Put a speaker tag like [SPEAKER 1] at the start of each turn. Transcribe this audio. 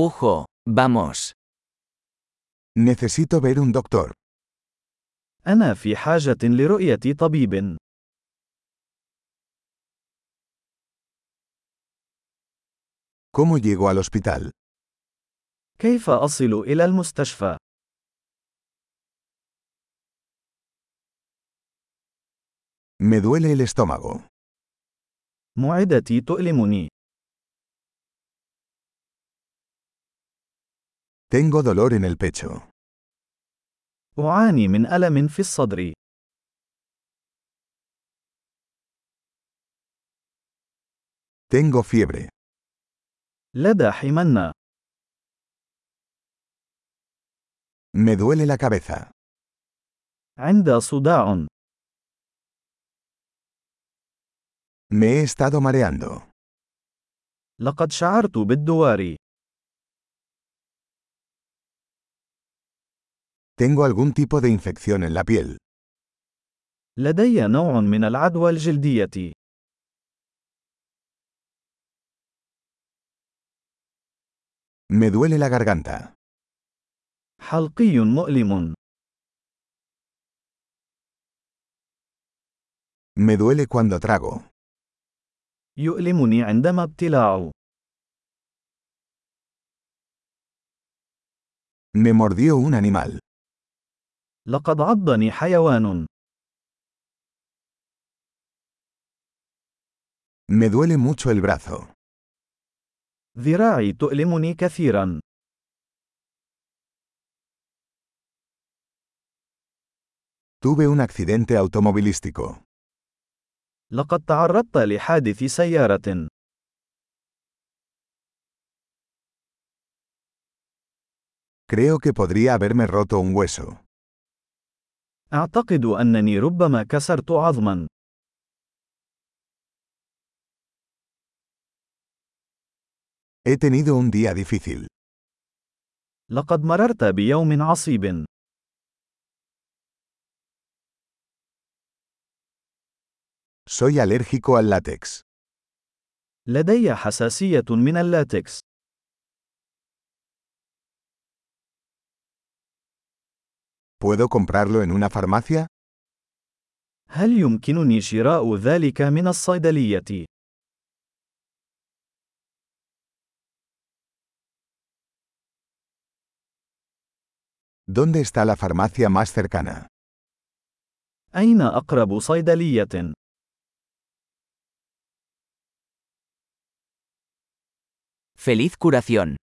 [SPEAKER 1] Ujo, vamos.
[SPEAKER 2] Necesito ver un doctor.
[SPEAKER 3] أنا في حاجة لرؤية طبيب.
[SPEAKER 2] ¿Cómo llego al hospital?
[SPEAKER 3] كيف أصل إلى المستشفى؟
[SPEAKER 2] Me duele el estómago.
[SPEAKER 3] معدتي تؤلمني.
[SPEAKER 2] Tengo dolor en el pecho.
[SPEAKER 3] أعاني من ألم في الصدر.
[SPEAKER 2] Tengo fiebre.
[SPEAKER 3] لدى حمنة.
[SPEAKER 2] Me duele la cabeza.
[SPEAKER 3] عند صداع.
[SPEAKER 2] Me he estado mareando.
[SPEAKER 3] لقد شعرت بالدوار.
[SPEAKER 2] Tengo algún tipo de infección en la piel.
[SPEAKER 3] لدي نوع من العدوى الجلدية.
[SPEAKER 2] Me duele la garganta.
[SPEAKER 3] حلقي مؤلم.
[SPEAKER 2] Me duele cuando trago.
[SPEAKER 3] يؤلمني عندما ابتلاع.
[SPEAKER 2] Me mordió un animal.
[SPEAKER 3] لقد عضني حيوان.
[SPEAKER 2] Me duele mucho el brazo.
[SPEAKER 3] ذراعي تؤلمني كثيرا.
[SPEAKER 2] Tuve un accidente automovilístico.
[SPEAKER 3] لقد تعرضت لحادث سيارة.
[SPEAKER 2] Creo que podría haberme roto un hueso.
[SPEAKER 3] أعتقد أنني ربما كسرت عظما.
[SPEAKER 2] He tenido un día difícil.
[SPEAKER 3] لقد مررت بيوم عصيب.
[SPEAKER 2] Soy alérgico al látex.
[SPEAKER 3] لدي حساسية من اللاتكس.
[SPEAKER 2] ¿Puedo comprarlo en una farmacia?
[SPEAKER 3] هل يمكنني شراء ذلك من الصيدلية؟
[SPEAKER 2] ¿Dónde está la farmacia más cercana?
[SPEAKER 3] أين أقرب صيدلية؟
[SPEAKER 1] Feliz curación.